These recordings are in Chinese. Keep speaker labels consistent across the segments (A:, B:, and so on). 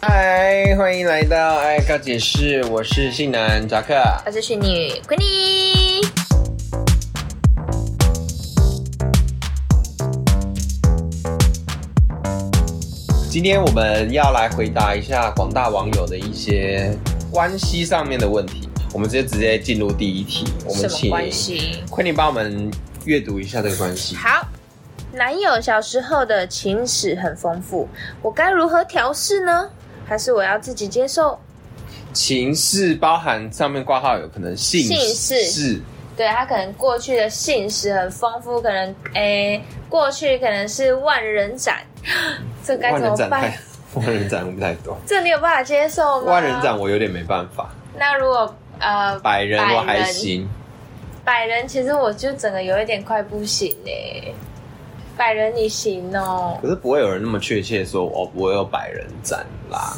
A: 嗨，欢迎来到爱告解释，我是性男扎克。
B: 我是虚女 Queenie。
A: 今天我们要来回答一下广大网友的一些关系上面的问题。我们直接直接进入第一题，我们
B: 什么
A: 请
B: 关系？
A: 快点帮我们阅读一下这个关系。
B: 好，男友小时候的情史很丰富，我该如何调试呢？还是我要自己接受？
A: 情事包含上面挂号有可能姓
B: 姓氏
A: 氏
B: 对他可能过去的姓氏很丰富，可能诶、过去可能是万人斩， 这该
A: 万
B: 怎
A: 人
B: 么
A: 斩
B: 办
A: 太？ 万人斩我不太懂，
B: 这你有办法接受吗？
A: 万人。斩我有点没办法，
B: 那如果呃
A: 百人我
B: 百
A: 还
B: 人
A: 行。
B: 百人，其实我就整个有一点快不行哎、百人你行哦、
A: 可是不会有人那么确切说哦，我有百人斩啦。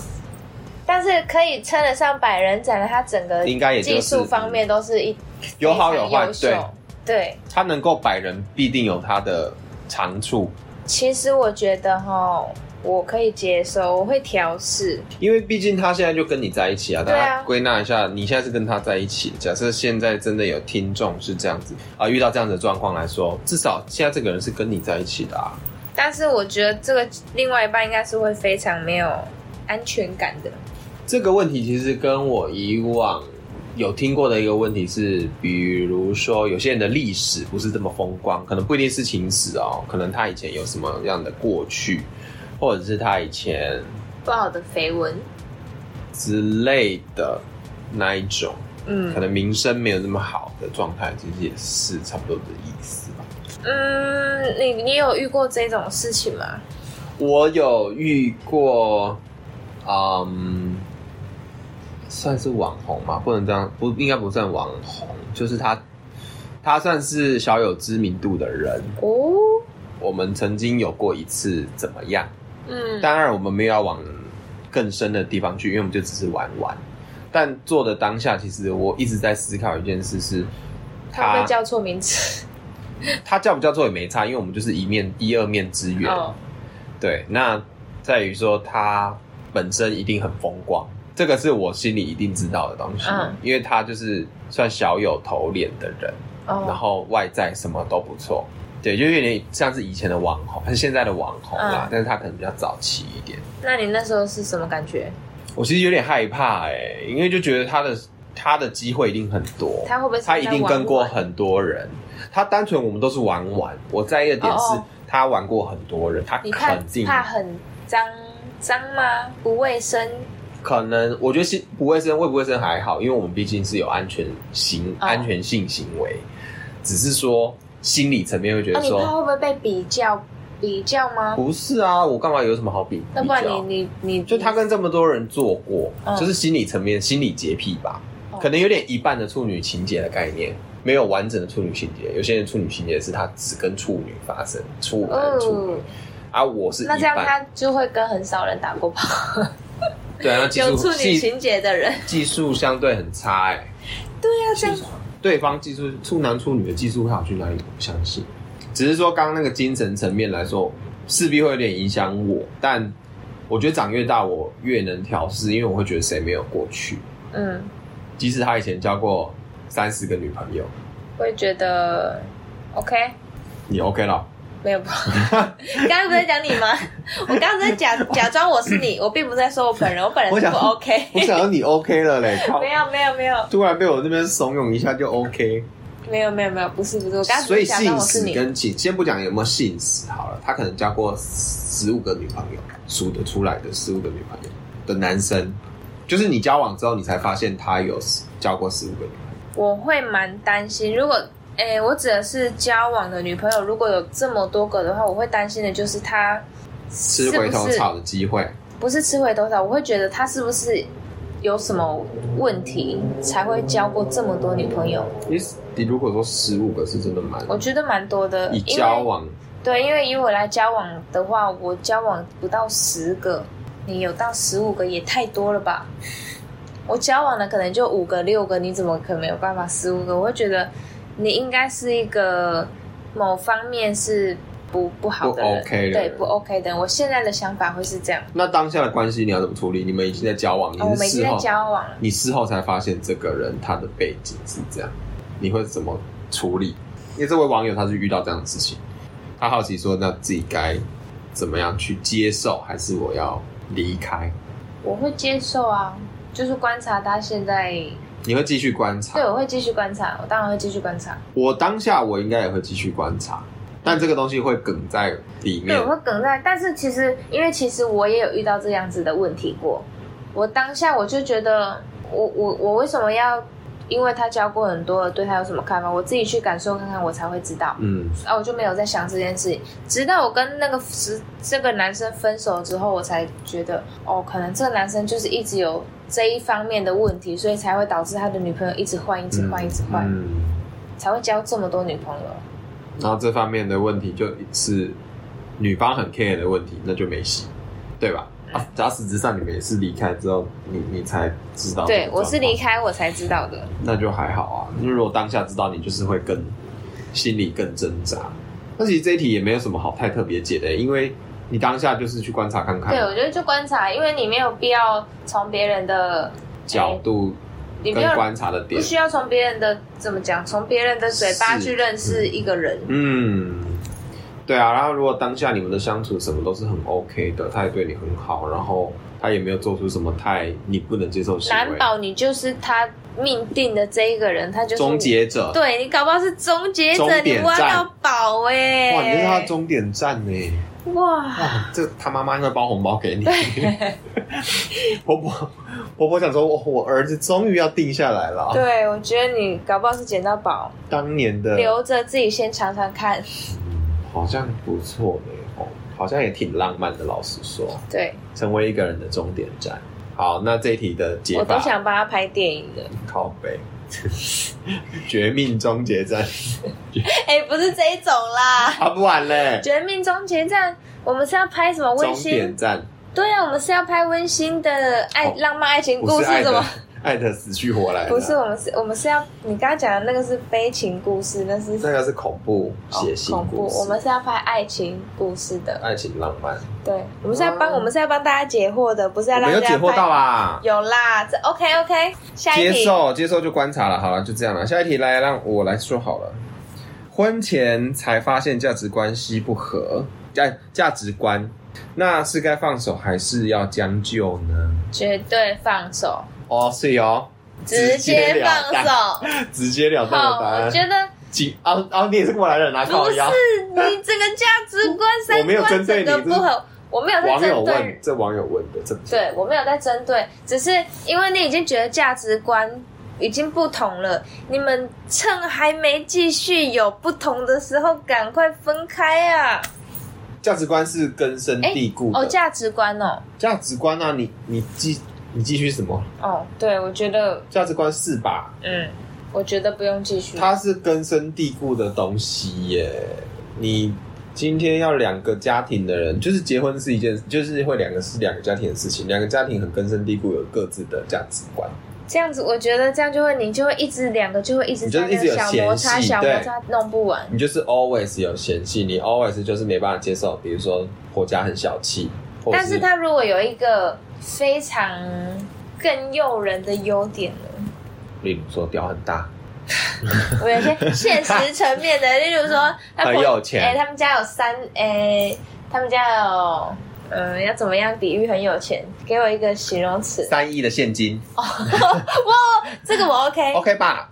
B: 但是可以称得上百人斩的，他整个
A: 应该也就是
B: 技术方面都是一
A: 有好有坏
B: 非常优秀对。
A: 他能够百人，必定有他的长处，
B: 其实我觉得哈，我可以接受，我会调试。
A: 因为毕竟他现在就跟你在一起啊。大
B: 对啊
A: 家归纳一下，你现在是跟他在一起。啊假设现在真的有听众是这样子啊，遇到这样的状况来说，至少现在这个人是跟你在一起的啊。
B: 但是我觉得这个另外一半应该是会非常没有安全感的。
A: 这个问题其实跟我以往有听过的一个问题是，比如说有些人的历史不是这么风光，可能不一定是情史哦，可能他以前有什么样的过去，或者是他以前
B: 不好的绯闻，
A: 之类的那一种，可
B: 嗯
A: 能名声没有那么好的状态，其实也是差不多的意思吧。
B: 嗯，你你有遇过这种事情吗？
A: 我有遇过，嗯，算是网红嘛，不能这样，不应该不算网红，就是他，他算是小有知名度的人。
B: 哦，
A: 我们曾经有过一次怎么样？
B: 嗯，
A: 当然，我们没有要往更深的地方去，因为我们就只是玩玩。但做的当下，其实我一直在思考一件事是，
B: 他会不
A: 他
B: 会叫错名字。
A: 他叫不叫做也没差，因为我们就是一面一二面之缘。
B: 哦，
A: 对，那在于说他本身一定很风光，这个是我心里一定知道的东西，
B: 嗯
A: 因为他就是算小有头脸的人，然
B: 哦，
A: 后外在什么都不错，对，就有点像是以前的网红，还是现在的网红啦，
B: 嗯
A: 但是他可能比较早期一点。
B: 那你那时候是什么感觉？
A: 我其实有点害怕哎、因为就觉得他的他的机会一定很多，
B: 他会不会是
A: 他一
B: 在
A: 定
B: 玩
A: 跟过
B: 玩
A: 很多人。他单纯我们都是玩玩，我在意的点是
B: 哦哦
A: 他玩过很多人，他
B: 你怕
A: 肯定
B: 怕很脏脏吗？不卫生
A: 可能我觉得是不卫生，卫不卫生还好，因为我们毕竟是有安全行、
B: 哦
A: 安全性行为，只是说心理层面会觉
B: 啊？
A: 得
B: 你
A: 说、
B: 怕会不会被比较比较吗？
A: 不是啊，我干嘛有什么好比
B: 那
A: 比
B: 不然
A: 较？
B: 你你你
A: 就他跟这么多人做过，
B: 嗯
A: 就是心理层面心理洁癖吧，
B: 哦
A: 可能有点一半的处女情节的概念，没有完整的处女情节。有些人处女情节是他只跟处女发生，处男处女，
B: 哦，
A: 而、我是一
B: 那这样
A: 半。
B: 他就会跟很少人打过炮，
A: 对啊，那技
B: 有
A: 术
B: 处女
A: 技
B: 情节的人。
A: 技术相对很差哎、
B: 对啊，这样
A: 对方技术处男处女的技术会好去哪里？我不相信。只是说刚刚那个精神层面来说，势必会有点影响我，但我觉得长越大，我越能调试，因为我会觉得谁没有过去，
B: 嗯，
A: 即使他以前交过三十个女朋友，
B: 会觉得 OK。
A: 你 OK 了？
B: 没有吧？ 刚刚不是在讲你吗？我刚刚在假假装我是你，我并不是在说我本人，我本人
A: 我
B: 是
A: 想
B: 不 OK。
A: 我想到你 OK 了嘞，靠
B: 没有没有没有
A: 突然被我这边怂恿一下就 OK，
B: 没有没有没有，不是不是，我刚刚
A: 所
B: 只
A: 以
B: 是假装
A: 信
B: 我是
A: 使
B: 你。
A: 跟情，先不讲有没有信使好了，他可能交过十五个女朋友，数得出来的十五个女朋友的男生，就是你交往之后，你才发现他有交过十五个女朋友。
B: 我会蛮担心，如果诶、我指的是交往的女朋友，如果有这么多个的话，我会担心的就是她
A: 吃
B: 是不
A: 回
B: 是
A: 头草的机会，
B: 不是吃回头草，我会觉得她是不是有什么问题才会交过这么多女朋友？
A: 你你如果说十五个是真的蛮，
B: 我觉得蛮多的，
A: 以
B: 因为
A: 交往
B: 对，因为以我来交往的话，我交往不到十个，你有到十五个也太多了吧？我交往的可能就五个六个，你怎么可能有办法十五个？我会觉得你应该是一个某方面是不不好的
A: 不
B: 人，
A: OK 的
B: 对
A: 人
B: 不 OK 的人。我现在的想法会是这样，
A: 那当下的关系你要怎么处理？你们已经在交往，
B: 哦、我
A: 你
B: 们
A: 是
B: 已经
A: 事
B: 在
A: 后，
B: 交往了，
A: 你事后才发现这个人他的背景是这样，你会怎么处理？因为这位网友他是遇到这样的事情，他好奇说，那自己该怎么样去接受，还是我要离开？
B: 我会接受啊，就是观察他现在，
A: 你会继续观察
B: 对，？我会继续观察，我当然会继续观察，
A: 我当下我应该也会继续观察，但这个东西会梗在里
B: 对，
A: 面
B: 我。会梗在。但是其实，因为其实我也有遇到这样子的问题过，我当下我就觉得我，我我为什么要因为他教过很多，对他有什么看法，我自己去感受看看，我才会知道。
A: 嗯，
B: 啊，我就没有在想这件事情，直到我跟那个十这个男生分手之后，我才觉得哦，可能这个男生就是一直有这一方面的问题，所以才会导致他的女朋友一直换，一直换，一直换，
A: 嗯，
B: 才会交这么多女朋友。
A: 然后这方面的问题就是女方很 care 的问题，那就没戏，对吧？啊，假实质上你们也是离开之后，你你才知道。
B: 对我是离，开我才知道的，
A: 那就还好啊。因为如果当下知道，你就是会更心里更挣扎。那其实这一题也没有什么好太特别解的，因为你当下就是去观察看看
B: 对我觉哎得就观察，因为你没有必要从别人的
A: 角，度
B: 哎你
A: 跟
B: 没有
A: 观察的
B: 不
A: 点。
B: 需要从别人的怎么讲，从别人的嘴巴
A: 是
B: 去认识一个人。
A: 嗯，对啊，然后如果当下你们的相处什么都是很 OK 的，他也对你很好，然后他也没有做出什么太你不能接受的行
B: 难
A: 为，
B: 保你就是他命定的这一个人，他就是
A: 终
B: 我
A: 结者，
B: 对你搞不好是终结
A: 终
B: 者，
A: 点
B: 你挖
A: 站
B: 到宝哎、
A: 哇，你这是他的终点站呢，
B: 哇，
A: 哇，这他妈妈应该包红包给你， 婆婆婆婆想说，我我儿子终于要定下来了，
B: 对我觉得你搞不好是捡到宝，
A: 当年的
B: 留着自己先尝尝看。
A: 好像不错呢，哦，好像也挺浪漫的，老实说，
B: 对
A: 成为一个人的终点站。好，那这一题的解
B: 我
A: 法
B: 都想帮他拍电影了。
A: 靠北， 绝命终结战
B: 哎、不是这一种啦，
A: 啊，不玩嘞，
B: 《绝命终结站》， 我们是要拍什么温
A: 终点
B: 馨？
A: 战
B: 对啊，我们是要拍温馨的爱、
A: 哦
B: 浪漫爱情故
A: 不
B: 事
A: 是爱
B: 什
A: 的 啊
B: 么？
A: 爱的死去活来的，
B: 不是，我们是，我们是要你刚刚讲的那个是悲情故事，那是哦
A: 那个是恐怖血腥
B: 恐怖
A: 故，事，
B: 我们是要拍爱情故事的。
A: 爱情浪漫，
B: 对，我们是要帮、
A: 嗯哦
B: 我们是要帮大家解惑的，不是要
A: 我
B: 让
A: 们
B: 大
A: 有
B: 家
A: 解惑
B: 拍
A: 到啦。
B: 有啦，这 OK OK，下一
A: 接
B: 题。
A: 受接受就观察了，好了，就这样了。下一题来让我来说好了。婚前才发现价值关系不合，价价值观，那是该放手还是要将就呢？
B: 绝对放手，
A: 哦，是哦，
B: 直接
A: 了当，
B: 放手。
A: 直截了当的答
B: 好，
A: 案。
B: 我觉得
A: 几啊啊！你也是过来人拿
B: 不
A: 靠
B: 是
A: 腰。
B: 你这个价值观、
A: 我
B: 三
A: 没有针
B: 观
A: 对
B: 整
A: 你
B: 个不合，我没有在
A: 网友问，
B: 针对，哎
A: 这网友问的，这不是
B: 对我没有在针对，只是因为你已经觉得价值观。已经不同了，你们趁还没继续有不同的时候，赶快分开啊！
A: 价值观是根深蒂固的。
B: 哦，价值观哦，
A: 价值观啊，你你继你继续什么？
B: 哦，对，我觉得，
A: 价值观是吧？
B: 嗯，我觉得不用继续。
A: 它是根深蒂固的东西耶。你今天要两个家庭的人，就是结婚是一件，就是会两个是两个家庭的事情，两个家庭很根深蒂固有各自的价值观。
B: 这样子，我觉得这样就会，你就会一直两个就会一直
A: 你就
B: 在
A: 是
B: 那
A: 一直
B: 个
A: 有
B: 小
A: 嫌
B: 摩擦、
A: 隙
B: 小
A: 对
B: 摩擦弄不完。
A: 你就是 always 有嫌隙，你 always 就是没办法接受，比如说婆家很小气，或者
B: 但是他如果有一个非常更诱人的优点呢，
A: 例如说屌很大，
B: 我 有些现实层面的，例如说他
A: 很
B: 婆
A: 有钱
B: 哎、他们家有三，哎、他们家有。嗯，要怎么样比喻很有钱？给我一个形 容词。
A: 三亿的现金
B: 哇，这个 我 OK，O、
A: ，OK 吧？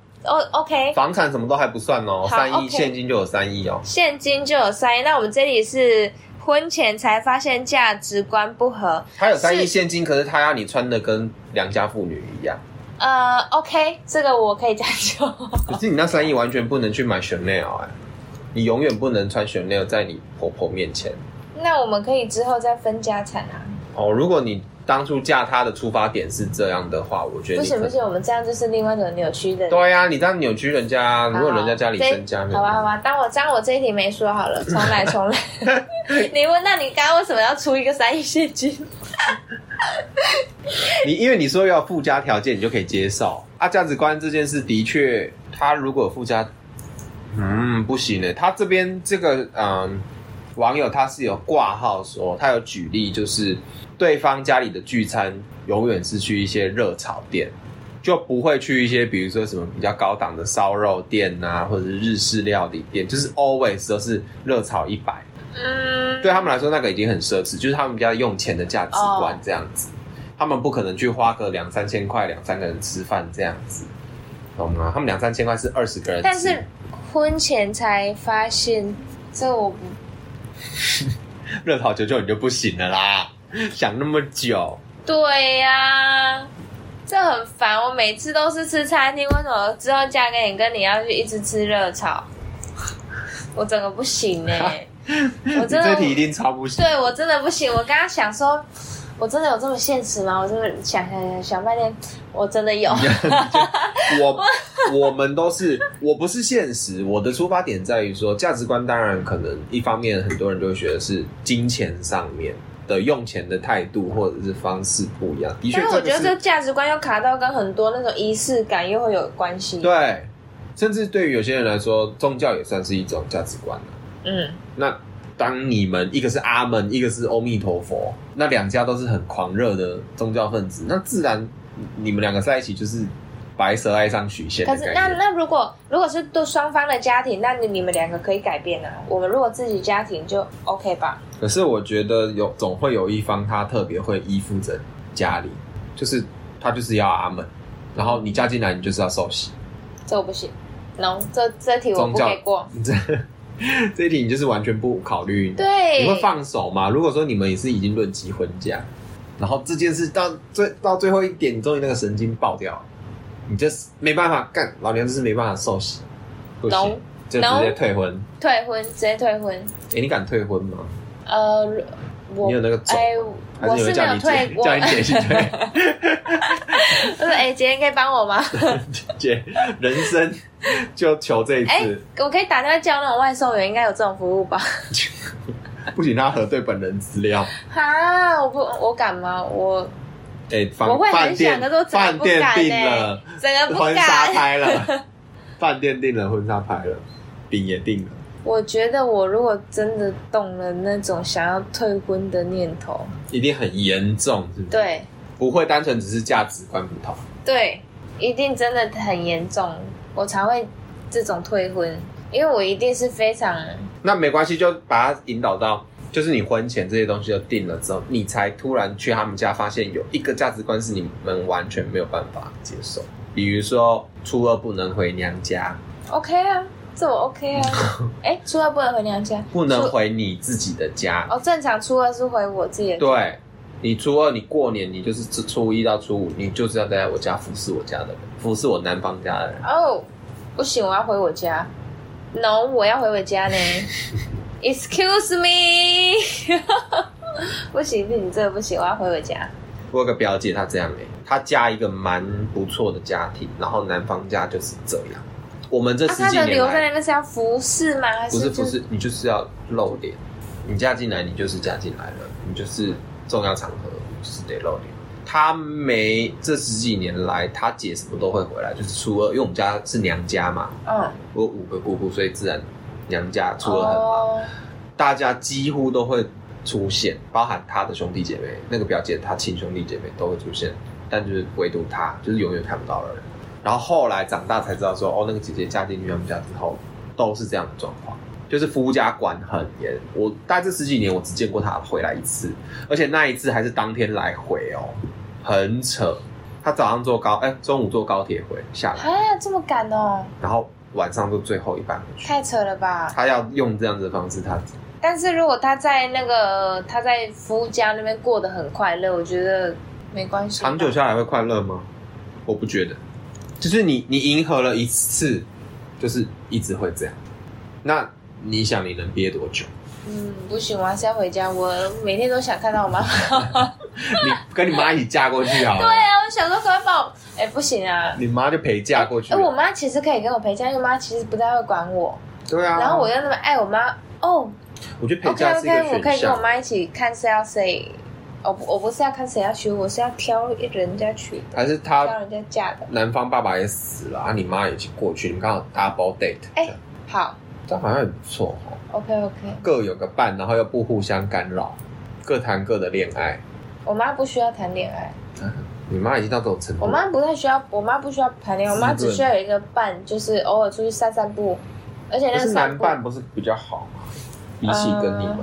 B: OK，
A: 房产什么都还不算哦，
B: 哎好
A: 三亿
B: OK
A: 现金就有三亿哦。
B: 现金就有三亿。那我们这里是婚前才发现价值观不合，
A: 他有三亿
B: 是
A: 现金，可是他要你穿的跟良家妇女一样，
B: 呃，OK，这个我可以讲究。
A: 可是你那三亿完全不能去买 Chanel 哎、你永远不能穿 Chanel 在你婆婆面前
B: 那我们可以之后再分家产啊？
A: 哦。如果你当初嫁他的出发点是这样的话，我觉得
B: 不
A: 你可
B: 行不行，我们这样就是另外一种扭曲的。
A: 对啊呀、你这样扭曲人家啊，
B: 好，
A: 如果人家家里
B: 这
A: 身家没有
B: 好啊吧好吧，当我当我这一题没说好了，重 来重来。 你问，那你刚刚为什么要出一个三亿现金？
A: 你因为你说要附加条件，你就可以接受啊。价值观这件事的确，欸他如果附加，嗯，不行呢。他这边这个嗯，网友他是有挂号说，他有举例，就是对方家里的聚餐永远是去一些热炒店，就不会去一些比如说什么比较高档的烧肉店呐、或者是日式料理店，就是 always 都是热炒一百。
B: 嗯，
A: 对他们来说，那个已经很奢侈，就是他们家用钱的价值
B: 哦
A: 观这样子。他们不可能去花个两三千块，两三个人吃饭这样子，懂吗？他们两三千块是二十个人吃，
B: 但是婚前才发现，这我不
A: 热炒九九你就不行了啦，想那么久。
B: 对呀、这很烦。我每次都是吃餐厅，为什么之后嫁给你，跟你要去一直吃热炒？我整个不行哎、 我
A: 你
B: 真
A: 这题一
B: 的，
A: 定超不行。
B: 对我真的不行。我刚刚想说，我真的有这么现实吗？我真的想想想想半天，我真的有。
A: 我 我们都是，我不是现实，我的出发点在于说，价值观当然可能一方面很多人就会觉得是金钱上面的用钱的态度或者是方式不一样，的确
B: 但是我
A: 这
B: 觉
A: 个
B: 得
A: 是
B: 这价值观又卡到跟很多那种仪式感又会有关系。，
A: 对，甚至对于有些人来说，宗教也算是一种价值观啊
B: 嗯，
A: 那当你们一个是阿门，一个是阿弥陀佛，那两家都是很狂热的宗教分子，那自然你们两个在一起就是白蛇爱上许仙
B: 可
A: 的
B: 是
A: 概
B: 那
A: 念。
B: 那如果如果是对双方的家庭，那你你们两个可以改变啊。我们如果自己家庭就 OK 吧。
A: 可是我觉得有总会有一方他特别会依附着家里，就是他就是要阿门，然后你嫁进来你就是要受洗，
B: 这我不行，no，这这题我
A: 宗
B: 不
A: 教
B: 给过。
A: 你这这一题你就是完全不考虑。
B: 对，啊
A: 你会放手吗？如果说你们也是已经论及婚嫁，然后这件事到最到最后一点，你终于那个神经爆掉了，你就是没办法干，老娘就是没办法受洗，不行
B: No，
A: 就直接退婚。
B: 退婚，直接退婚。
A: 哎、你敢退婚吗？
B: 呃，我
A: 你有那个种吗
B: 哎，
A: 还是
B: 我
A: 有人
B: 是没
A: 叫
B: 有
A: 你
B: 退
A: 姐，
B: 过。
A: 叫你
B: 我
A: 姐去退？
B: 说 哎，姐，你可以帮我吗？
A: 姐，人生 就求这一
B: 哎
A: 次，，
B: 我可以打电话叫那种外送员，应该有这种服务吧？
A: 不仅他核对本人资料，
B: 哈，我不，我敢吗？我
A: 哎、饭
B: 我会
A: 饭
B: 很想，
A: 店
B: 可是我整
A: 饭
B: 个不
A: 店
B: 敢
A: 定
B: 哎
A: 了，，
B: 整个不
A: 婚纱
B: 敢。
A: 拍 了，饭店定了，婚纱拍了，饼也定了。
B: 我觉得我如果真的动了那种想要退婚的念头，
A: 一定很严重，是不是？，
B: 对
A: 不会单纯只是价值观不同。
B: 对，一定真的很严重，我才会这种退婚，因为我一定是非常
A: 那没关系，就把它引导到，就是你婚前这些东西都定了之后，你才突然去他们家，发现有一个价值观是你们完全没有办法接受，比如说初二不能回娘家，
B: OK 啊，这我 OK 啊。哎，初二不能回娘家，
A: 不能
B: 初
A: 回你自己的家。
B: 哦，正常初二是回我自己的。
A: 对，你初二你过年，你就是初初一到初五，你就是要待在我家服侍我家的人，服侍我男方家的人。
B: 哦，不行，我要回我家。No，我要回我家 呢。Excuse me，不行不行，这个不行，我要回我家。
A: 我有个表姐，她这样哎、欸，她嫁一个蛮不错的家庭，然后男方家就是这样。我们这
B: 那、
A: 十
B: 他
A: 几
B: 啊的
A: 年
B: 留在那
A: 来，
B: 边是要服侍吗？还
A: 不是
B: 是
A: 不，
B: 就是
A: 你就是要露脸，你嫁进来，你就是嫁进来了，你就是重要场合你就是得露脸。她没这十几年来，她姐什么都会回来，就是初二，因为我们家是娘家嘛，
B: 嗯
A: 我有五个姑姑，所以自然娘家初二很忙。
B: 哦
A: 大家几乎都会出现，包含他的兄弟姐妹、那个表姐、他亲兄弟姐妹都会出现，但就是唯独他就是永远看不到的人。然后后来长大才知道说，哦，那个姐姐嫁进去他们家之后都是这样的状况，就是夫家管很严。我大概这十几年我只见过她回来一次，而且那一次还是当天来回哦，很扯。她早上坐高，哎，中午坐高铁回下来，
B: 啊，这么赶哦，
A: 然后晚上坐最后一班回去。
B: 太扯了吧！
A: 她要用这样子的方式，她
B: 但是如果他在那个他在夫家那边过得很快乐，我觉得没关系吧。
A: 长久下来会快乐吗？我不觉得，就是你你迎合了一次，就是一直会这样。那你想你能憋多 久？
B: 嗯，不行，我还是要回家。我每天都想看到我妈 妈。
A: 你跟你妈一起嫁过去好了，
B: 对啊，我想说赶快把我……哎、不行啊！
A: 你妈就陪嫁过去
B: 哎、我
A: 了。
B: 妈其实可以跟我陪嫁，因为我妈其实不太会管我，
A: 对啊，
B: 然后我又那么爱我妈。哦
A: 我觉得陪
B: ，OK
A: 嫁是一
B: OK，我
A: 个选
B: 可以跟我
A: 项。
B: 妈一起看是要谁。我不我不是要看谁要娶，我是要挑人家娶的，
A: 还是
B: 挑
A: 他
B: 人家嫁的。
A: 男方爸爸也死了，啊，你妈也一起过去，你们刚好 double date，
B: 哎哎好，
A: 这样好像很不错哦。
B: OK OK，
A: 各有个伴，然后又不互相干扰，各谈各的恋爱。
B: 我妈不需要谈恋爱，
A: 你妈已经到这种程度
B: 我
A: 了，
B: 妈不太需要，我妈不需要谈恋爱，我妈
A: 滋
B: 只
A: 润
B: 需要有一个伴，就是偶尔出去散散步，而且
A: 可
B: 那个
A: 是
B: 散
A: 男
B: 步
A: 伴不是比较好吗？比起跟你们，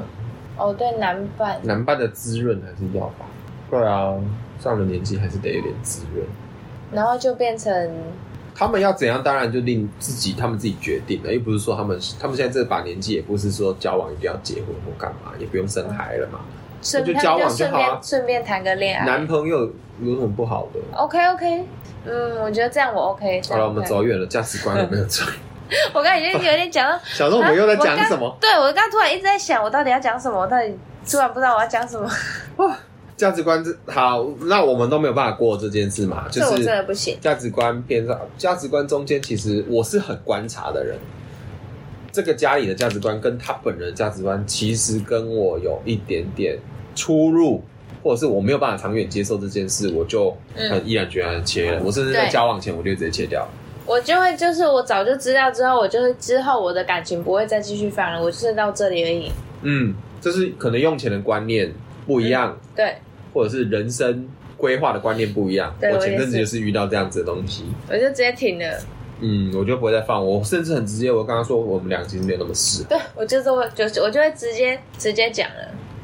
B: 哦，对，男伴
A: 男伴的滋润还是要吧。对啊，上了年纪还是得有点滋润。
B: 然后就变成
A: 他们要怎样，当然就令自己他们自己决定了，又不是说他们他们现在这把年纪，也不是说交往一定要结婚或干嘛，也不用生孩了嘛。
B: 顺
A: 就
B: 他
A: 交
B: 们
A: 往
B: 就
A: 就
B: 顺
A: 好啊
B: 便顺便谈个恋爱
A: 男朋友有什么不好的？
B: ，OK OK，嗯，我觉得这样我 OK 这
A: 好
B: 样
A: 了，我
B: OK。
A: 们走远了，价值观有没有错？
B: 我刚才已经有点讲到，
A: 小时候我们又在讲什
B: 啊
A: 么？
B: 我刚对我刚突然一直在想，我到底要讲什么？我到底突然不知道我要讲什么，
A: 价值观这好，那我们都没有办法过这件事嘛，就
B: 这我真
A: 是
B: 的不行。
A: 价值观偏差，价值观中间其实我是很观察的人。这个家里的价值观跟他本人的价值观其实跟我有一点点出入，或者是我没有办法长远接受这件事，我就很毅然决然地切了。我甚至在
B: 嗯对
A: 交往前我就直接切掉了。
B: 我就会就是我早就知道之后，我就是之后我的感情不会再继续放了，我就是到这里而已。
A: 嗯，就是可能用钱的观念不一样，
B: 对，
A: 或者是人生规划的观念不一样。
B: 对
A: 我
B: 我
A: 前
B: 也
A: 阵子
B: 是
A: 就是遇到这样子的东西，
B: 我就直接停了。
A: 嗯，我就不会再放。我甚至很直接，我跟他说我们俩其实没有那么适合，
B: 对，我就是会就是我就会直接直接讲了。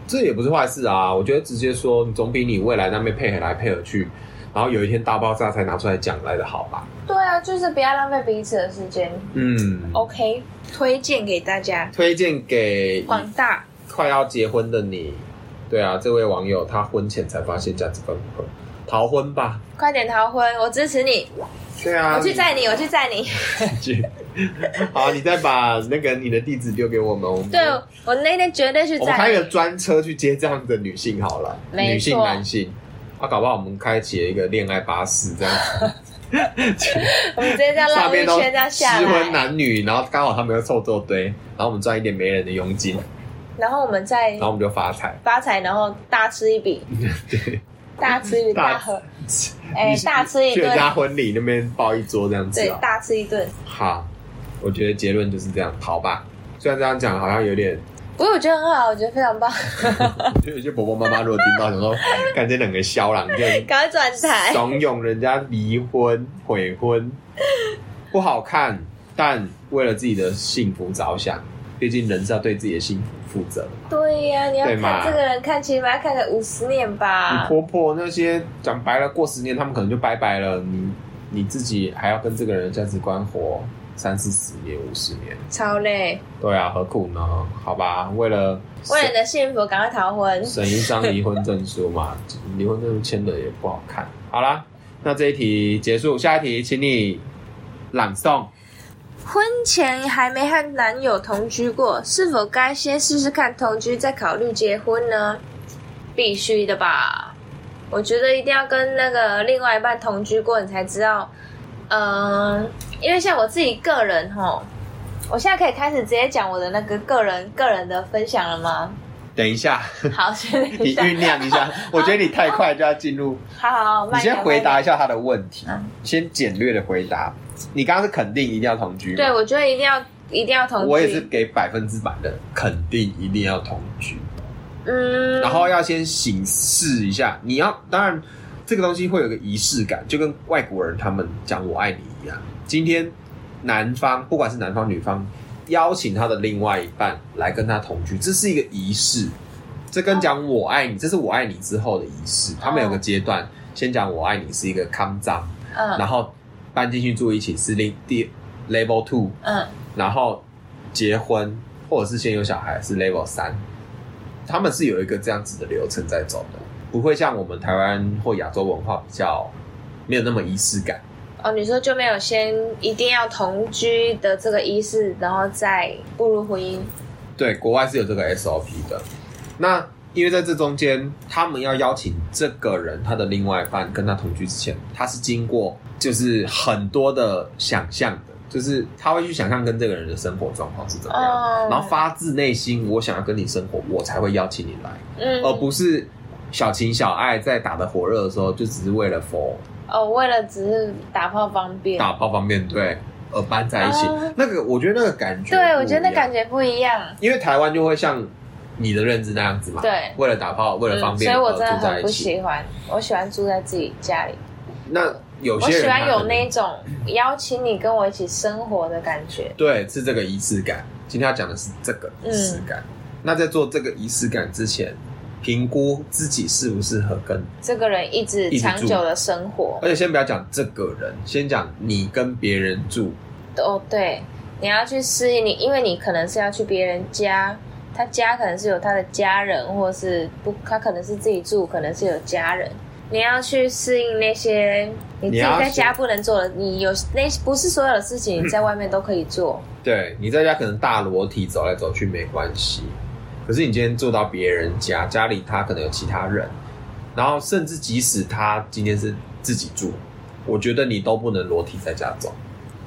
A: 这也不是坏事啊。我觉得直接说总比你未来那边配合来配合去，然后有一天大爆炸才拿出来讲来的好吧？
B: 对啊，就是不要浪费彼此的时间。
A: 嗯
B: OK，推荐给大家，
A: 推荐给
B: 广大
A: 快要结婚的你。对啊，这位网友他婚前才发现价值观不合，逃婚吧。
B: 快点逃婚，我支持你，
A: 对啊，
B: 我 去载你，我去载你。
A: 去。好，你再把那个你的地址丢给我们，我们
B: 对我那天绝对去
A: 我们开
B: 载
A: 一个
B: 你。
A: 专车去接这样的女性好了，
B: 没错
A: 女性男性，啊，搞不好我们开启了一个恋爱巴士这样子，
B: 我们直接这样
A: 上
B: 绕
A: 面
B: 一
A: 都
B: 圈这样
A: 失
B: 下
A: 婚
B: 来，
A: 男女，然后刚好他们又凑作堆，然后我们赚一点没人的佣金，
B: 然后我们再
A: 然后我们就发财。
B: 发财，然后大吃一笔，
A: 对，
B: 大吃一 笔，
A: 大
B: 大喝，哎，大吃 一
A: 去人
B: 顿，
A: 家婚礼那边包一桌这样子
B: 对，
A: 啊。
B: 大吃一顿。
A: 好，我觉得结论就是这样，好吧。虽然这样讲好像有 点，
B: 不过我觉得很好，我觉得非常棒，
A: 我觉得有些婆婆妈妈如果听到，想说，感觉两个肖郎就
B: 赶快转台。
A: 怂恿人家离婚、悔婚，不好看，但为了自己的幸福着想，毕竟人是要对自己的幸福负责的嘛。
B: 对呀、你要
A: 对嘛
B: 看这个人看，起码要看个五十年吧
A: 你。婆婆那些讲白了，过十年他们可能就拜拜了，你你自己还要跟这个人的价值观活三四十年、五十年，
B: 超累，
A: 对啊，何苦呢？好吧，为了
B: 为了你的幸福，赶快逃婚。
A: 省一张离婚证书嘛， 离婚证书签的也不好看。好啦，那这一题结束，下一题请你朗诵。
B: 婚前还没和男友同居过，是否该先试试看同居，再考虑结婚呢？必须的吧，我觉得一定要跟那个另外一半同居过，你才知道。嗯，因为像我自己个人吼，我现在可以开始直接讲我的那个个人个人的分享了吗？
A: 等一下，
B: 好，先等一
A: 你
B: 下，
A: 酝酿一下，我觉得你太快就要进入。
B: 好好 好，
A: 你
B: 慢一点
A: 先回。答一下他的问题
B: 嗯，
A: 先简略的回答。你刚刚是肯定一定要同居吗，
B: 对，我觉得一定要一定要同居。
A: 我也是，给百分之百的肯定一定要同居，
B: 嗯，
A: 然后要先醒视一下。你要当然这个东西会有个仪式感，就跟外国人他们讲“我爱你”一样。今天男方不管是男方女方邀请他的另外一半来跟他同居，这是一个仪式。这跟讲“我爱你”，这是我爱你之后的仪式。他们有个阶段，先讲“我爱你”是一个康葬，然
B: 嗯
A: 后搬进去住一起是另第 level two，
B: 嗯，
A: 然后结婚或者是先有小孩是 level 三，他们是有一个这样子的流程在走的，不会像我们台湾或亚洲文化比较没有那么仪式感。
B: 哦，你说就没有先一定要同居的这个仪式，然后再步入婚姻。
A: 对，国外是有这个 SOP 的。那因为在这中间，他们要邀请这个人他的另外一半跟他同居之前，他是经过就是很多的想象的，就是他会去想象跟这个人的生活状况是怎么样的
B: 哦，
A: 然后发自内心，我想要跟你生活，我才会邀请你来，
B: 嗯，
A: 而呃不是小情小爱在打的火热的时候，就只是为了佛
B: 哦，为了只是打炮方便。
A: 打炮方便对。而搬在一起
B: 哦，
A: 那个我觉得那个感觉，
B: 对，我觉得那感，觉不一样。
A: 因为台湾就会像你的认知那样子嘛，
B: 对嗯
A: 为了打炮，为了方便，
B: 所以我
A: 而
B: 真的
A: 住在
B: 很
A: 一
B: 不
A: 起。
B: 喜欢，我喜欢住在自己家里。
A: 那有
B: 我
A: 些人
B: 喜欢
A: 他
B: 有
A: 可能
B: 那种邀请你跟我一起生活的感觉。
A: 对，是这个仪式感。今天要讲的是这个仪式
B: 嗯
A: 感。那在做这个仪式感之前，评估自己适不适合跟，
B: 这个人一直
A: 一直住
B: 长久的生活，
A: 而且先不要讲这个人，先讲你跟别人住，
B: 哦，对，你要去适应你，因为你可能是要去别人家，他家可能是有他的家人，或是不，他可能是自己住，可能是有家人。你要去适应那些你自
A: 你
B: 己
A: 要
B: 在
A: 去
B: 家不能做的，你有那不是所有的事情你在外面都可以做。
A: 对你在家可能大裸体走来走去没关系，可是你今天住到别人家，家里他可能有其他人，然后甚至即使他今天是自己住，我觉得你都不能裸体在家走。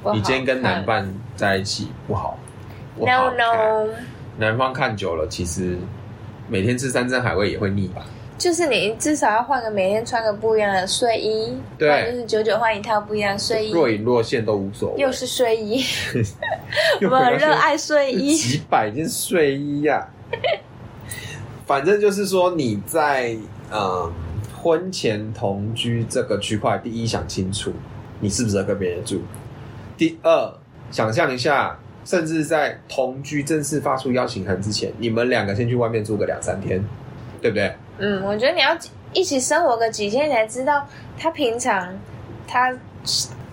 B: 不好
A: 你今天跟男
B: 看
A: 伴在一起不好不好
B: ，no
A: 看
B: no，
A: 南方看久了，其实每天吃山珍海味也会腻吧？
B: 就是你至少要换个每天穿个不一样的睡衣，
A: 对
B: 不然就是久久换一套不一样的睡衣，
A: 若隐若现都无所谓。
B: 又是睡衣，我
A: 又回
B: 们
A: 到
B: 很
A: 现在
B: 热爱睡衣。
A: 几百件睡衣呀、 反正就是说你在嗯婚前同居这个区块，第一想清楚你适不适合跟别人住，第二想象一下。甚至在同居正式发出邀请函之前，你们两个先去外面住个两三天，对不对？
B: 嗯，我觉得你要一起生活个几天，才知道他平常他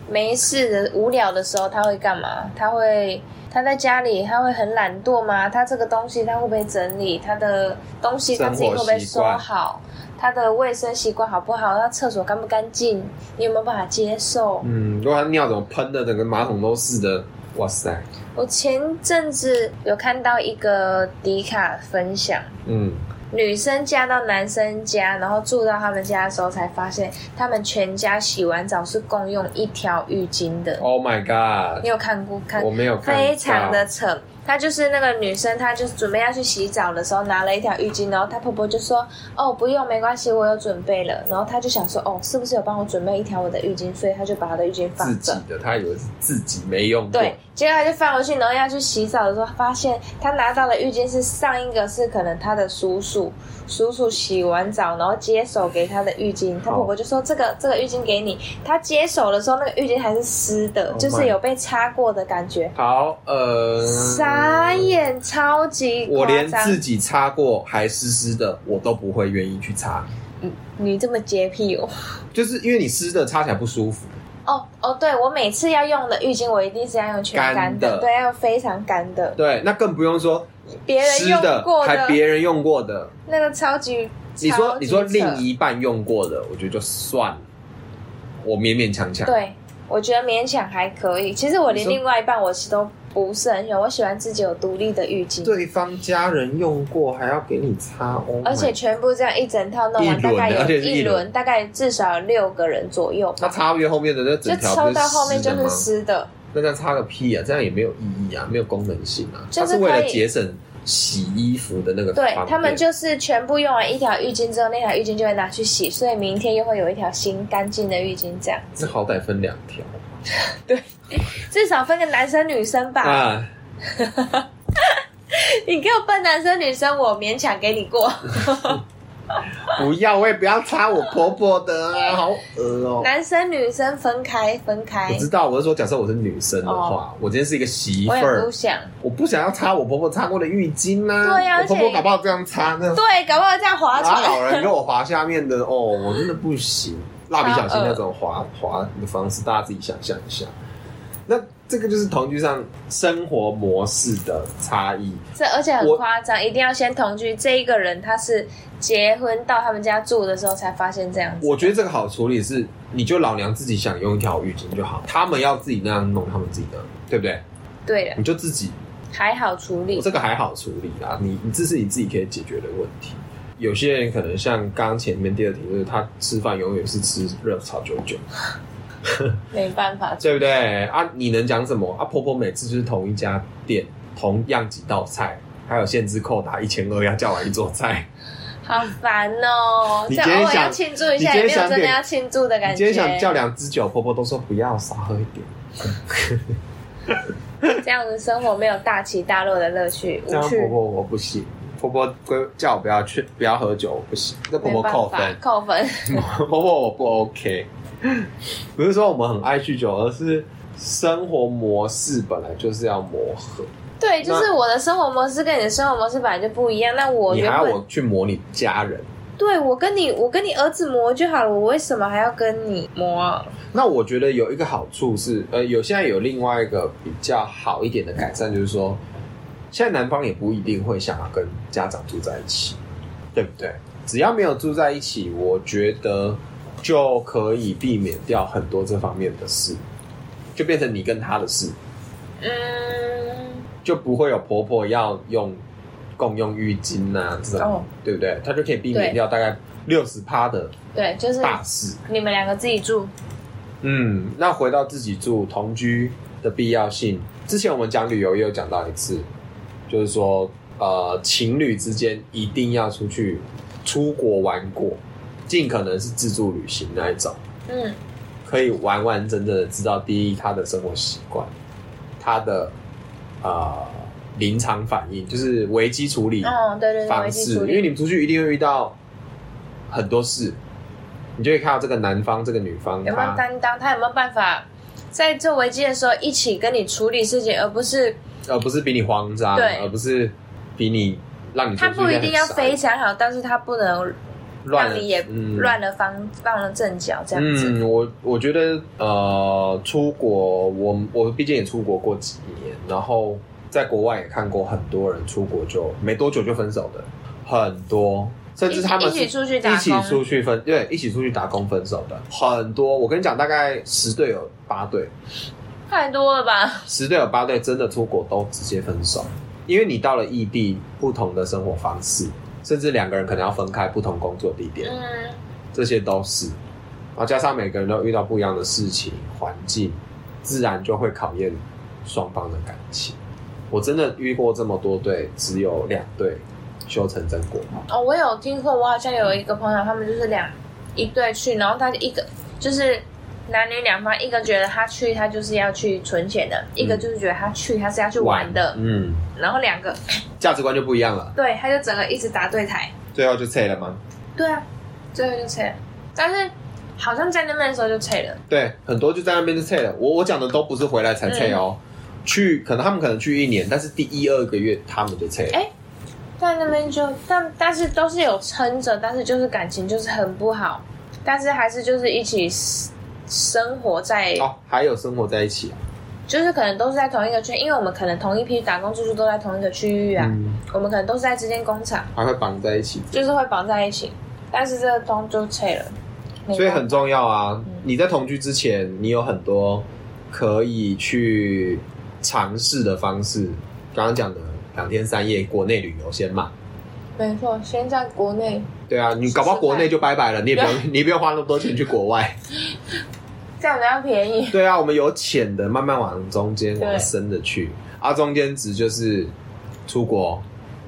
B: 没事的、无聊的时候他会干嘛？他会他在家里他会很懒惰吗？他这个东西他会不会整理？他的东西他自己会不会收好？他的卫生习惯好不好？他厕所干不干净？你有没有办法接受？
A: 嗯，如果他尿怎么喷的，整个马桶都是的，哇塞，
B: 我前阵子有看到一个迪卡分享，
A: 嗯，
B: 女生嫁到男生家，然后住到他们家的时候，才发现他们全家洗完澡是共用一条浴巾的。
A: Oh my god！
B: 你有看过？看
A: 我没有看到，
B: 非常的扯。她就是那个女生，她就是准备要去洗澡的时候，拿了一条浴巾，然后她婆婆就说：“哦，不用，没关系，我有准备了。”然后她就想说：“哦，是不是有帮我准备一条我的浴巾？”所以她就把她的浴巾
A: 自己
B: 放着。
A: 的，他以为是自己没用过。
B: 对，结果他就放回去，然后要去洗澡的时候，发现他拿到的浴巾是上一个是可能他的叔叔，叔叔洗完澡然后接手给他的浴巾，他
A: 好
B: 婆婆就说这个这个浴巾给你，他接手的时候那个浴巾还是湿的
A: Oh
B: 就是
A: my
B: 有被擦过的感觉，
A: 好，呃，
B: 傻眼，超级
A: 我
B: 夸
A: 连
B: 张
A: 自，己擦过还湿湿的，我都不会愿意去擦，
B: 你这么洁癖哦。
A: 就是因为你湿的擦起来不舒服。
B: 哦哦，对，我每次要用的浴巾，我一定是要用全
A: 干
B: 干
A: 的
B: 对，要用非常干的。
A: 对，那更不用说
B: 别人
A: 湿
B: 用
A: 的
B: 过
A: 还
B: 的，
A: 别人用过的。
B: 那个超级，
A: 你说
B: 超级
A: 你说
B: 扯
A: 另一半用过的，我觉得就算了，我勉勉强强。
B: 对，我觉得勉强还可以。其实我连
A: 你说
B: 另外一半我是都不是很喜欢，我喜欢自己有独立的浴巾，
A: 对方家人用过还要给你擦哦，
B: 而且全部这样一整套弄完，
A: 一
B: 大
A: 轮的
B: 概
A: 而
B: 有
A: 且是
B: 一
A: 一轮
B: 轮，大概至少有六个人左右
A: 那
B: 吧。
A: 擦越后面的那
B: 就
A: 整条不
B: 抽到后面
A: 湿
B: 就
A: 的吗
B: 是湿的，
A: 那这样擦个屁啊！这样也没有意义啊，没有功能性啊。
B: 就是
A: 它是为
B: 可
A: 了
B: 以
A: 节省洗衣服的那个
B: 对
A: 方便
B: 他们就是全部用完一条浴巾之后，那条浴巾就会拿去洗，所以明天又会有一条新干净的浴巾，这样
A: 那好歹分两条
B: 至少分个男生女生吧。
A: 啊。
B: 你给我分男生女生，我勉强给你过。
A: 哦不要，我也不要擦我婆婆的啊，好恶哦、
B: 男生女生分开分开
A: 我，知道，我是说，假设我是女生的话，我今天是一个媳妇
B: 哦我也
A: 儿
B: 不，想。
A: 我不想要擦我婆婆擦过的浴巾呐、
B: 对啊
A: 我婆
B: 而
A: 婆
B: 且
A: 搞不好这样擦， 那
B: 对，搞不好这样划
A: 然后
B: 船。
A: 老人给我划下面的，哦，我真的不行。蜡笔小新那种划划的方式，大家自己想象一下。那这个就是同居上生活模式的差异。
B: 这而且很
A: 我
B: 夸张，一定要先同居。这一个人他是结婚到他们家住的时候才发现这样子。
A: 我觉得这个好处理是，你就老娘自己想用一条浴巾就好，他们要自己那样弄，他们自己那样，对不对？
B: 对了，
A: 你就自己
B: 还好处理。
A: 这个还好处理啦，你你这是你自己可以解决的问题。有些人可能像刚刚前面第二题，就是他吃饭永远是吃热炒九九，
B: 没办法，
A: 对不对啊？你能讲什么啊？婆婆每次就是同一家店，同样几道菜，还有限制扣打一千二，要叫完一桌菜。
B: 好烦哦。
A: 你
B: 这
A: 今天
B: 偶尔
A: 想
B: 要庆祝一下，
A: 你
B: 也
A: 今
B: 没
A: 天
B: 有
A: 想
B: 真的
A: 点
B: 要庆祝的
A: 你
B: 感觉。
A: 今天想叫两支酒，婆婆都说不要，少喝一点。
B: 这样子生活没有大起大落的乐趣，
A: 这样
B: 无趣
A: 婆。婆我不行，婆婆规叫我不要去，不要喝酒，我不行，这婆
B: 没
A: 婆
B: 办
A: 扣分，
B: 法扣分。
A: 婆婆我不 OK。不是说我们很爱酗酒，而是生活模式本来就是要磨合，
B: 对，就是我的生活模式跟你的生活模式本来就不一样。那我
A: 你
B: 原
A: 还要
B: 本
A: 我去磨你家人。
B: 对我跟你，我跟你儿子磨就好了，我为什么还要跟你磨？
A: 那我觉得有一个好处是，呃，有现在有另外一个比较好一点的改善，就是说，现在男方也不一定会想要跟家长住在一起，对不对？只要没有住在一起，我觉得就可以避免掉很多这方面的事，就变成你跟他的事，
B: 嗯，
A: 就不会有婆婆要用共用浴巾呐、啊、这种，
B: 哦，
A: 对不对？他就可以避免掉大概六十趴的
B: 对，就是
A: 大事。
B: 你们两个自己住，
A: 嗯，那回到自己住同居的必要性，之前我们讲旅游也有讲到一次，就是说，呃，情侣之间一定要出去出国玩过，尽可能是自助旅行那一种，
B: 嗯，
A: 可以完完整整的知道第一他的生活习惯，他的呃临场反应，就是危机处理
B: 哦，对对对，
A: 嗯方
B: 危
A: 式
B: 机处，
A: 因为
B: 理，
A: 你们出去一定会遇到很多事，你就会看到这个男方这个女方
B: 有没
A: 他
B: 有担当？他有没有办法在这危机的时候一起跟你处理事情，而不是
A: 而呃不是比你慌张，
B: 对
A: 而不是比你让你
B: 他不一定要非
A: 常
B: 常好，但是他不能
A: 乱
B: 让你也
A: 嗯
B: 乱了方放了阵脚这样子。
A: 嗯，我我觉得呃，出国我我毕竟也出国过几年，然后在国外也看过很多人出国就没多久就分手的，很多，甚至他们
B: 一起一起
A: 嗯是
B: 出去打
A: 一
B: 工
A: 起出去分对，一起出去打工分手的很多。我跟你讲，大概十对有八对，
B: 太多了吧？
A: 十对有八对真的出国都直接分手，因为你到了异地，不同的生活方式，甚至两个人可能要分开不同工作地点，
B: 嗯，
A: 这些都是。然后加上每个人都遇到不一样的事情、环境，自然就会考验双方的感情。我真的遇过这么多对，只有两对修成正果。
B: 哦，我有听过，我好像有一个朋友，他们就是两一对去，然后他就一个就是男女两方，一个觉得他去他就是要去存钱的，一个就是觉得他去他是要去玩的，
A: 嗯，
B: 然后两个
A: 价值观就不一样了。
B: 对，他就整个一直打对台，
A: 最后就拆了吗？
B: 对啊，最后就拆了，但是好像在那边的时候就拆了，
A: 对，很多就在那边就撤了。我我讲的都不是回来
B: 嗯
A: 才撤哦，去可能他们可能去一年，但是第一二个月他们就撤了。
B: 哎在那边就但但是都是有撑着，但是就是感情就是很不好，但是还是就是一起生活在
A: 哦，还有生活在一起啊。
B: 就是可能都是在同一个圈，因为我们可能同一批打工住宿都在同一个区域啊，
A: 嗯，
B: 我们可能都是在这间工厂，
A: 还会绑在一起，
B: 就是会绑在一起，但是这个东就拆了，没
A: 所以
B: 办法
A: 很重要啊
B: 嗯。
A: 你在同居之前，你有很多可以去尝试的方式。刚刚讲的两天三夜国内旅游先嘛，
B: 没错，先在国内，
A: 对啊，你搞不好国内就拜拜了，你也不用 你也不用花那么多钱去国外。
B: 这样比较便宜。
A: 对啊，我们有浅的慢慢往中间
B: 对
A: 往深的去，啊，中间值就是出国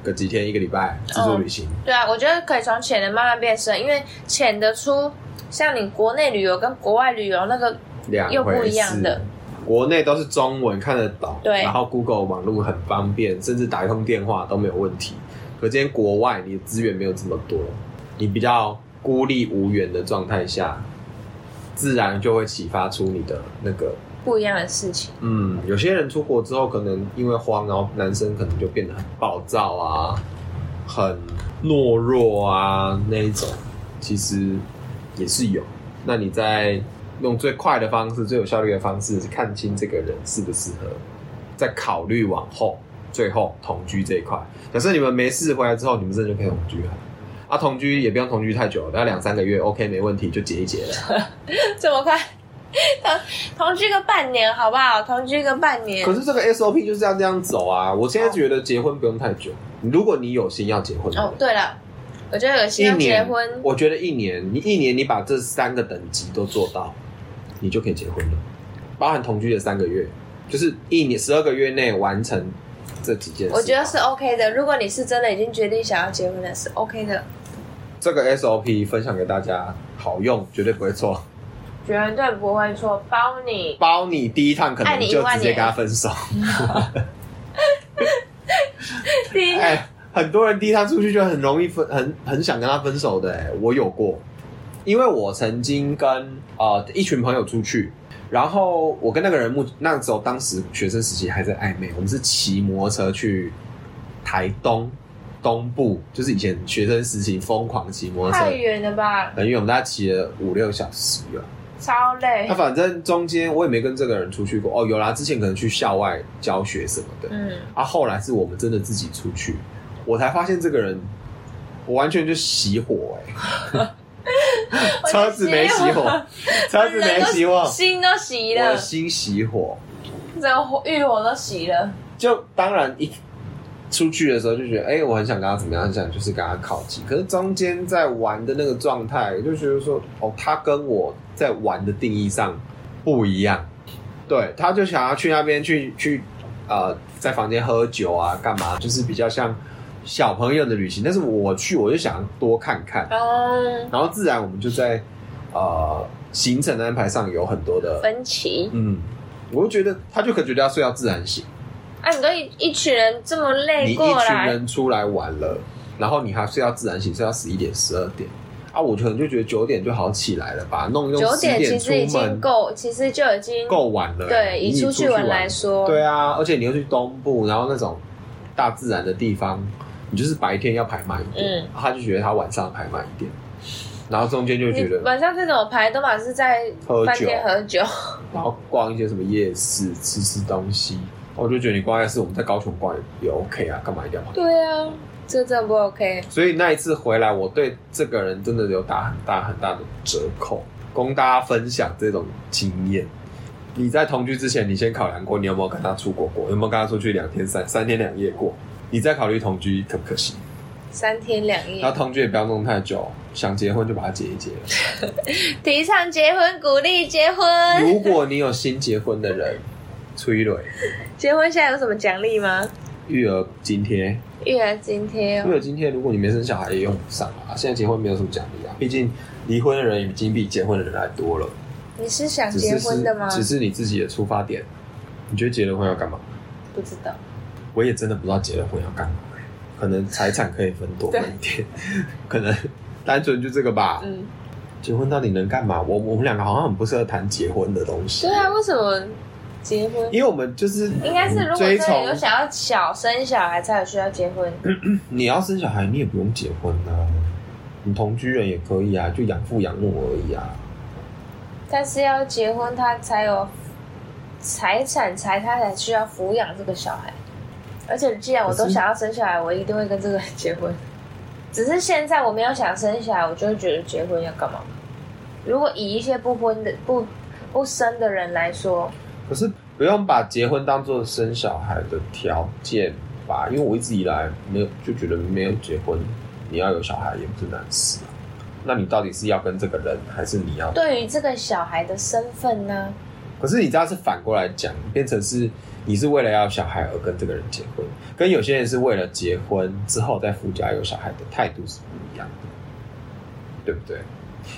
A: 个几天一个礼拜自助旅行，
B: 对啊，我觉得可以从浅的慢慢变深，因为浅的出，像你国内旅游跟国外旅游那个，
A: 两、
B: 嗯又不
A: 回
B: 一样
A: 事
B: 的。
A: 国内都是中文看得懂，
B: 对
A: 然后 Google 网络很方便，甚至打一通电话都没有问题。可今天国外你的资源没有这么多，你比较孤立无援的状态下，自然就会启发出你的那个
B: 不一样的事情。
A: 嗯，有些人出国之后，可能因为慌，然后男生可能就变得很暴躁啊，很懦弱啊那一种，其实也是有。那你在用最快的方式、最有效率的方式，看清这个人适不适合，再考虑往后最后同居这一块。可是你们没事回来之后，你们真的就可以同居了。啊，同居也不用同居太久，大概两三个月，OK，没问题，就结一结了。
B: 这么快， 同同居个半年好不好？同居个半年
A: 可。是这个 SOP 就是要这样走啊！我现在觉得结婚不用太久，如果你有心要结婚的人
B: 哦，对了，我觉得有些
A: 一
B: 要结
A: 年，
B: 婚，
A: 我觉得一年，你一年你把这三个等级都做到，你就可以结婚了，包含同居的三个月，就是一年十二个月内完成这几件事。
B: 我觉得是 OK 的。如果你是真的已经决定想要结婚了，是 OK 的。
A: 这个 SOP 分享给大家好用，绝对不会错。
B: 绝对不会说包你。
A: 包你第一趟可能
B: 爱你一
A: 就
B: 万
A: 直接
B: 年
A: 跟他分手。
B: 第一，
A: 哎、很多人第一趟出去就很容易分，很很想跟他分手的、哎，我有过，因为我曾经跟呃一群朋友出去，然后我跟那个人目那时候当时学生时期还在暧昧，我们是骑摩托车去台东东部，就是以前学生时期疯狂骑摩托车
B: 太，远了吧，
A: 很远，我们大概骑了五六小时吧。
B: 超累
A: 那。反正中间我也没跟这个人出去过哦，有啦，之前可能去校外教学什么的，
B: 嗯，
A: 啊，后来是我们真的自己出去，我才发现这个人，我完全就熄火哎、车子没熄火，车子没熄
B: 我
A: 火，
B: 心都洗
A: 哦我
B: 了
A: 的，心熄火。
B: 整个火欲火都熄了。
A: 就当然一出去的时候就觉得，哎、我很想跟他怎么样，很想就是跟他靠近。可是中间在玩的那个状态，我就觉得说，哦，他跟我在玩的定义上不一样。对，他就想要去那边去去，呃，在房间喝酒啊，干嘛？就是比较像小朋友的旅行。但是我去，我就想多看看，
B: 嗯，
A: 然后自然我们就在呃行程的安排上有很多的，
B: 分歧。
A: 嗯，我就觉得他就可觉得要睡到自然醒。
B: 啊，你都一一群人这么
A: 你
B: 累
A: 一
B: 过
A: 群
B: 来，
A: 人出来玩了，然后你还睡到自然醒，睡到十一点、十二点啊，我可能就觉得九点就好起来了吧，弄一弄
B: 九
A: 十
B: 点其
A: 点出
B: 实已经
A: 门
B: 够，其实就已经
A: 够晚了、
B: 对，
A: 以
B: 以出去
A: 玩
B: 玩来，说，
A: 对啊，而且你又去东部，然后那种大自然的地方，你就是白天要排慢一点，
B: 嗯
A: 他就觉得他晚上排慢一点，然后中间就
B: 你
A: 觉得，
B: 晚上这种排都满是在
A: 喝
B: 饭
A: 酒
B: 店喝酒，
A: 然后逛一些什么夜市，吃吃东西，我就觉得你逛夜市，我们在高雄逛也也 OK 啊，干嘛一定要跑
B: 对啊，这真的不 OK。
A: 所以那一次回来，我对这个人真的有打很大很大的折扣，供大家分享这种经验。你在同居之前，你先考量过你有没有跟他出国过，有没有跟他出去两天三三天两夜过，你再考虑同居可不可行。
B: 三天两夜
A: 然，后同居也不要弄太久，想结婚就把它结一结。
B: 提倡结婚，鼓励结婚。
A: 如果你有新结婚的人，催蕊
B: 结婚现在有什么奖励吗？
A: 育儿津贴，
B: 育儿津贴
A: 育
B: 哦，
A: 儿津贴如果你没生小孩也用不上啊。现在结婚没有什么奖励啊，毕竟离婚的人已经比结婚的人还多了。
B: 你是想
A: 只
B: 结
A: 是
B: 婚
A: 是
B: 的吗？
A: 只是你自己的出发点。你觉得结了婚要干嘛？
B: 不知道，
A: 我也真的不知道结了婚要干嘛、可能财产可以分多分一点，可能单纯就这个吧。
B: 嗯，
A: 结婚到底能干嘛？我我们两个好像很不适合谈结婚的东西。
B: 对啊，，为什么结婚？
A: 因为我们就是
B: 应该是如果
A: 追
B: 真
A: 从
B: 的有想要小生小孩才有需要结婚，
A: 你要生小孩，你也不用结婚啊，你同居人也可以啊，就养父养母而已啊。
B: 但是要结婚他才有财产，才他才需要抚养这个小孩。而且既然我
A: 可
B: 都
A: 是
B: 想要生小孩，我一定会跟这个人结婚。 只是现在我没有想生小孩，我就会觉得结婚要干嘛？如果以一些不婚的不不生的人来说，
A: 可是不用把结婚当做生小孩的条件吧，因为我一直以来没有就觉得没有结婚，你要有小孩也不是难事啊。那你到底是要跟这个人，还是你要？
B: 对于这个小孩的身份呢，
A: 可是你这样是反过来讲，变成是你是为了要小孩而跟这个人结婚，跟有些人是为了结婚之后再附加有小孩的态度是不一样的，对不对？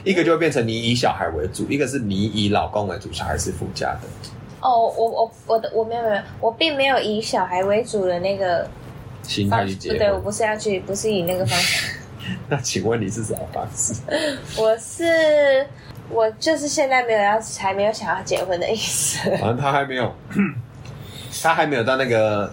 A: 一个就会变成你以小孩为主，一个是你以老公为主，小孩是附加的。
B: 哦，我我我的我没有没有，我并没有以小孩为主的那个
A: 心态
B: 方
A: 去
B: 式，
A: 结
B: 不对，我
A: 婚，
B: 不是要去，不是以那个方式。
A: 那请问你是什么方式？
B: 我是我就是现在没有要还没有想要结婚的意思，
A: 反正他还没有，他还没有到那个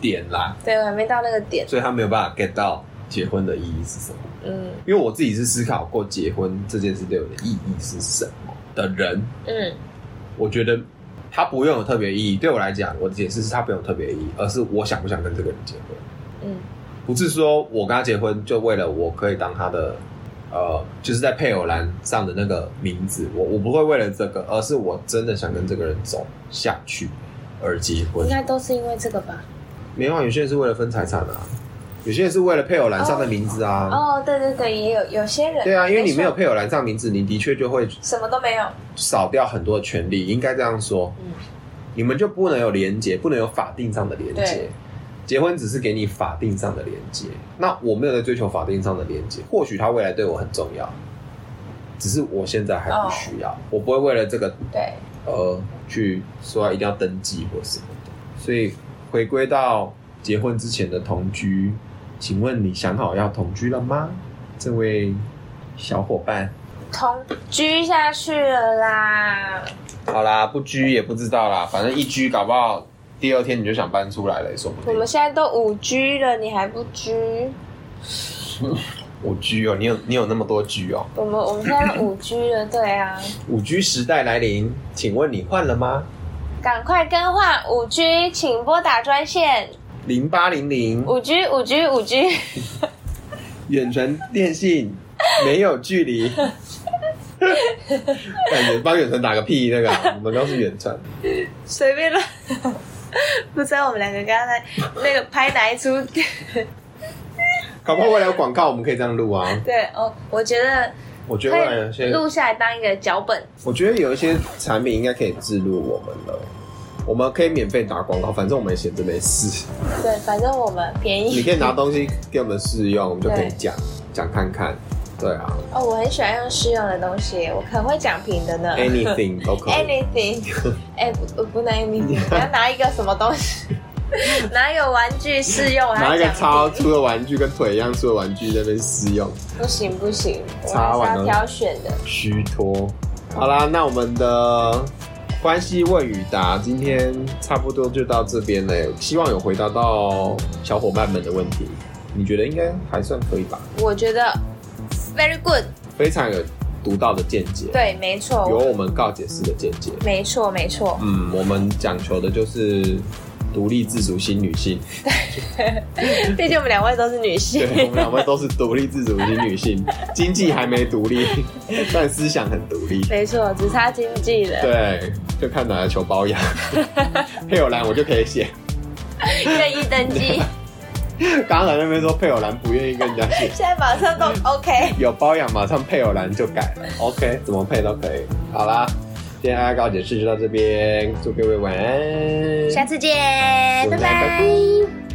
A: 点啦，
B: 对我还没到那个点。
A: 所以他没有办法 get 到结婚的意义是什么。
B: 嗯
A: 因为我自己是思考过结婚这件事对我的意义是什么的人，
B: 嗯
A: 我觉得他不用有特别意义。对我来讲，我的解释是他不用有特别意义，而是我想不想跟这个人结婚，
B: 嗯
A: 不是说我跟他结婚就为了我可以当他的。呃，就是在配偶栏上的那个名字，我我不会为了这个，而是我真的想跟这个人走下去而结婚
B: 应。该都是因为这个吧？
A: 没有啊，有些人是为了分财产啊，有些人是为了配偶栏上的名字啊。
B: 哦，对对对，也有有些人
A: 对啊，因为你没有
B: 错
A: 配偶栏上名字，你的确就会
B: 什么都没有，
A: 少掉很多的权利，应该这样说。
B: 嗯
A: 你们就不能有连结，不能有法定上的连结
B: 对。
A: 结婚只是给你法定上的连接，那我没有在追求法定上的连接。或许他未来对我很重要，只是我现在还不需
B: 哦
A: 要，我不会为了这个
B: 对，
A: 而去说一定要登记或什么的。所以回归到结婚之前的同居，请问你想好要同居了吗，这位小伙伴？
B: 同居下去了啦。
A: 好啦，不居也不知道啦，反正一居搞不好第二天你就想搬出来了，也说不
B: 我
A: 定
B: 们。现在都五居了，你还不居？
A: 五居哦，你有你有那么多居哦？
B: 我们我们现在五居了，对啊，
A: 五居时代来临，请问你换了吗？
B: 赶快更换五居，请拨打专线
A: 零八零零
B: 五居五居五居。
A: 远传电信没有距 离，感觉帮远传打个屁那个啊、我们都是远传。
B: 随便乱， 不知道我们两个刚才那个拍哪一出？
A: 搞不好未来有广告，我们可以这样录啊。
B: 对哦，我觉得
A: 我觉得未来有
B: 可以
A: 些，
B: 录下来当一个脚本。
A: 我觉得有一些产品应该可以置入我们了。我们可以免费打广告，反正我们闲着没事。
B: 对，反正我们便
A: 你
B: 宜
A: 可以拿东西给我们试用，我们就可以讲讲看看。对啊
B: 哦，我很喜欢用试用的东西，我很会讲评的呢。
A: ，anything 都可以。
B: 呃 anything，哎、 不，不 能 anything，你要拿一个什么东西， 拿一个玩具试用，
A: 拿一
B: 还
A: 个
B: 要讲
A: 超粗的玩具，跟腿一样粗的玩具在那边试用。
B: 不行不行，我
A: 插
B: 还
A: 完
B: 是
A: 了
B: 要挑选的。
A: 虚脱。好啦，那我们的关系问与答今天差不多就到这边了，希望有回答到小伙伴们的问题。你觉得应该还算可以吧？
B: 我觉得 very good，
A: 非常有独到的见解，
B: 对，没错，
A: 有我们告解师的见解。
B: 没错没错，
A: 嗯，我们讲求的就是独立自主新女性。
B: 毕竟我们两位都是女性
A: 嗯对，。我们两位都是独立自主新女性，经济还没独立，但思想很独立。
B: 没错，只差经济了，
A: 对，就看哪个求包养， 配偶栏我就可以写。
B: 愿意登记，
A: 刚才那边说配偶栏不愿意跟人家写，
B: 现在马上都 OK。
A: 有包养马上配偶栏就改了。OK，怎么配都可以。好啦，今天爱告解室就到这边，祝各位晚安，
B: 下次见，
A: 晚
B: 嗯拜
A: 安
B: 拜。